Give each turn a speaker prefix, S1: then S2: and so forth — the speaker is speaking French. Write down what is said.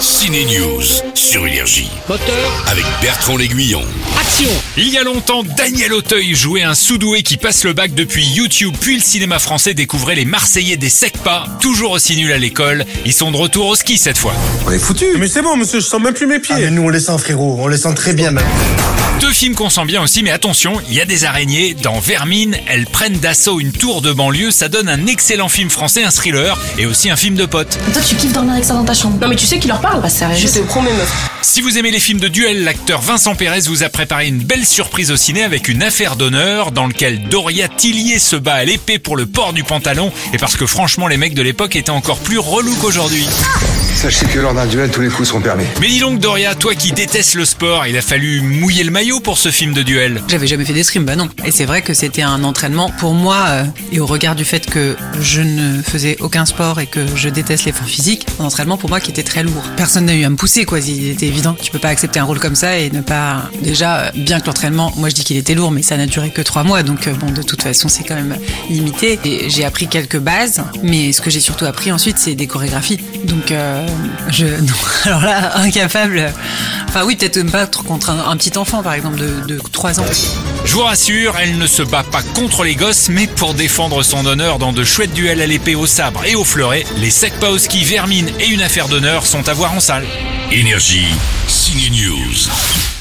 S1: Ciné News sur Énergie
S2: Moteur,
S1: avec Bertrand L'Aiguillon.
S2: action
S3: Il y a longtemps, Daniel Auteuil jouait un soudoué qui passe le bac depuis YouTube, puis le cinéma français découvrait les Marseillais des Secpas, toujours aussi nuls à l'école. Ils sont de retour au ski cette fois.
S4: On est foutu.
S5: Mais c'est bon, monsieur, je sens même plus mes pieds.
S6: Ah, mais nous on les sent frérot, on les sent très bien même.
S3: Deux films qu'on sent bien aussi, mais attention, il y a des araignées. Dans Vermine, elles prennent d'assaut une tour de banlieue. Ça donne un excellent film français, un thriller, et aussi un film de potes.
S7: Toi, tu kiffes dormir avec ça dans ta chambre. Ah,
S8: Non mais tu sais qui leur parle Bah sérieux
S7: je te promets, meuf.
S3: Si vous aimez les films de duel, l'acteur Vincent Pérez vous a préparé une belle surprise au ciné avec une affaire d'honneur dans lequel Doria Tillier se bat à l'épée pour le port du pantalon et parce que franchement les mecs de l'époque étaient encore plus relous qu'aujourd'hui.
S4: Sachez que lors d'un duel, tous les coups sont permis.
S3: Mais dis donc Doria, toi qui détestes le sport, il a fallu mouiller le maillot pour ce film de duel.
S9: J'avais jamais fait d'escrime, bah non. Et c'est vrai que c'était un entraînement pour moi, euh, et au regard du fait que je ne faisais aucun sport et que je déteste l'effort physique, un entraînement pour moi qui était très lourd. Personne n'a eu à me pousser, quoi. Il était évident. Tu peux pas accepter un rôle comme ça et ne pas. Déjà, euh, bien que l'entraînement, moi je dis qu'il était lourd, mais ça n'a duré que trois mois, donc euh, bon, de toute façon, c'est quand même limité. Et j'ai appris quelques bases, mais ce que j'ai surtout appris ensuite, c'est des chorégraphies. Donc, euh, je. Non, alors là, incapable. Enfin, oui, peut-être me battre contre un, un petit enfant, par exemple, de, de 3 ans.
S3: Je vous rassure, elle ne se bat pas contre les gosses, mais pour défendre son honneur dans de chouettes duels à l'épée, au sabre et au fleuret, les Sekpaoski, Vermine et une affaire d'honneur sont à voir en salle.
S1: Énergie, Ciné News.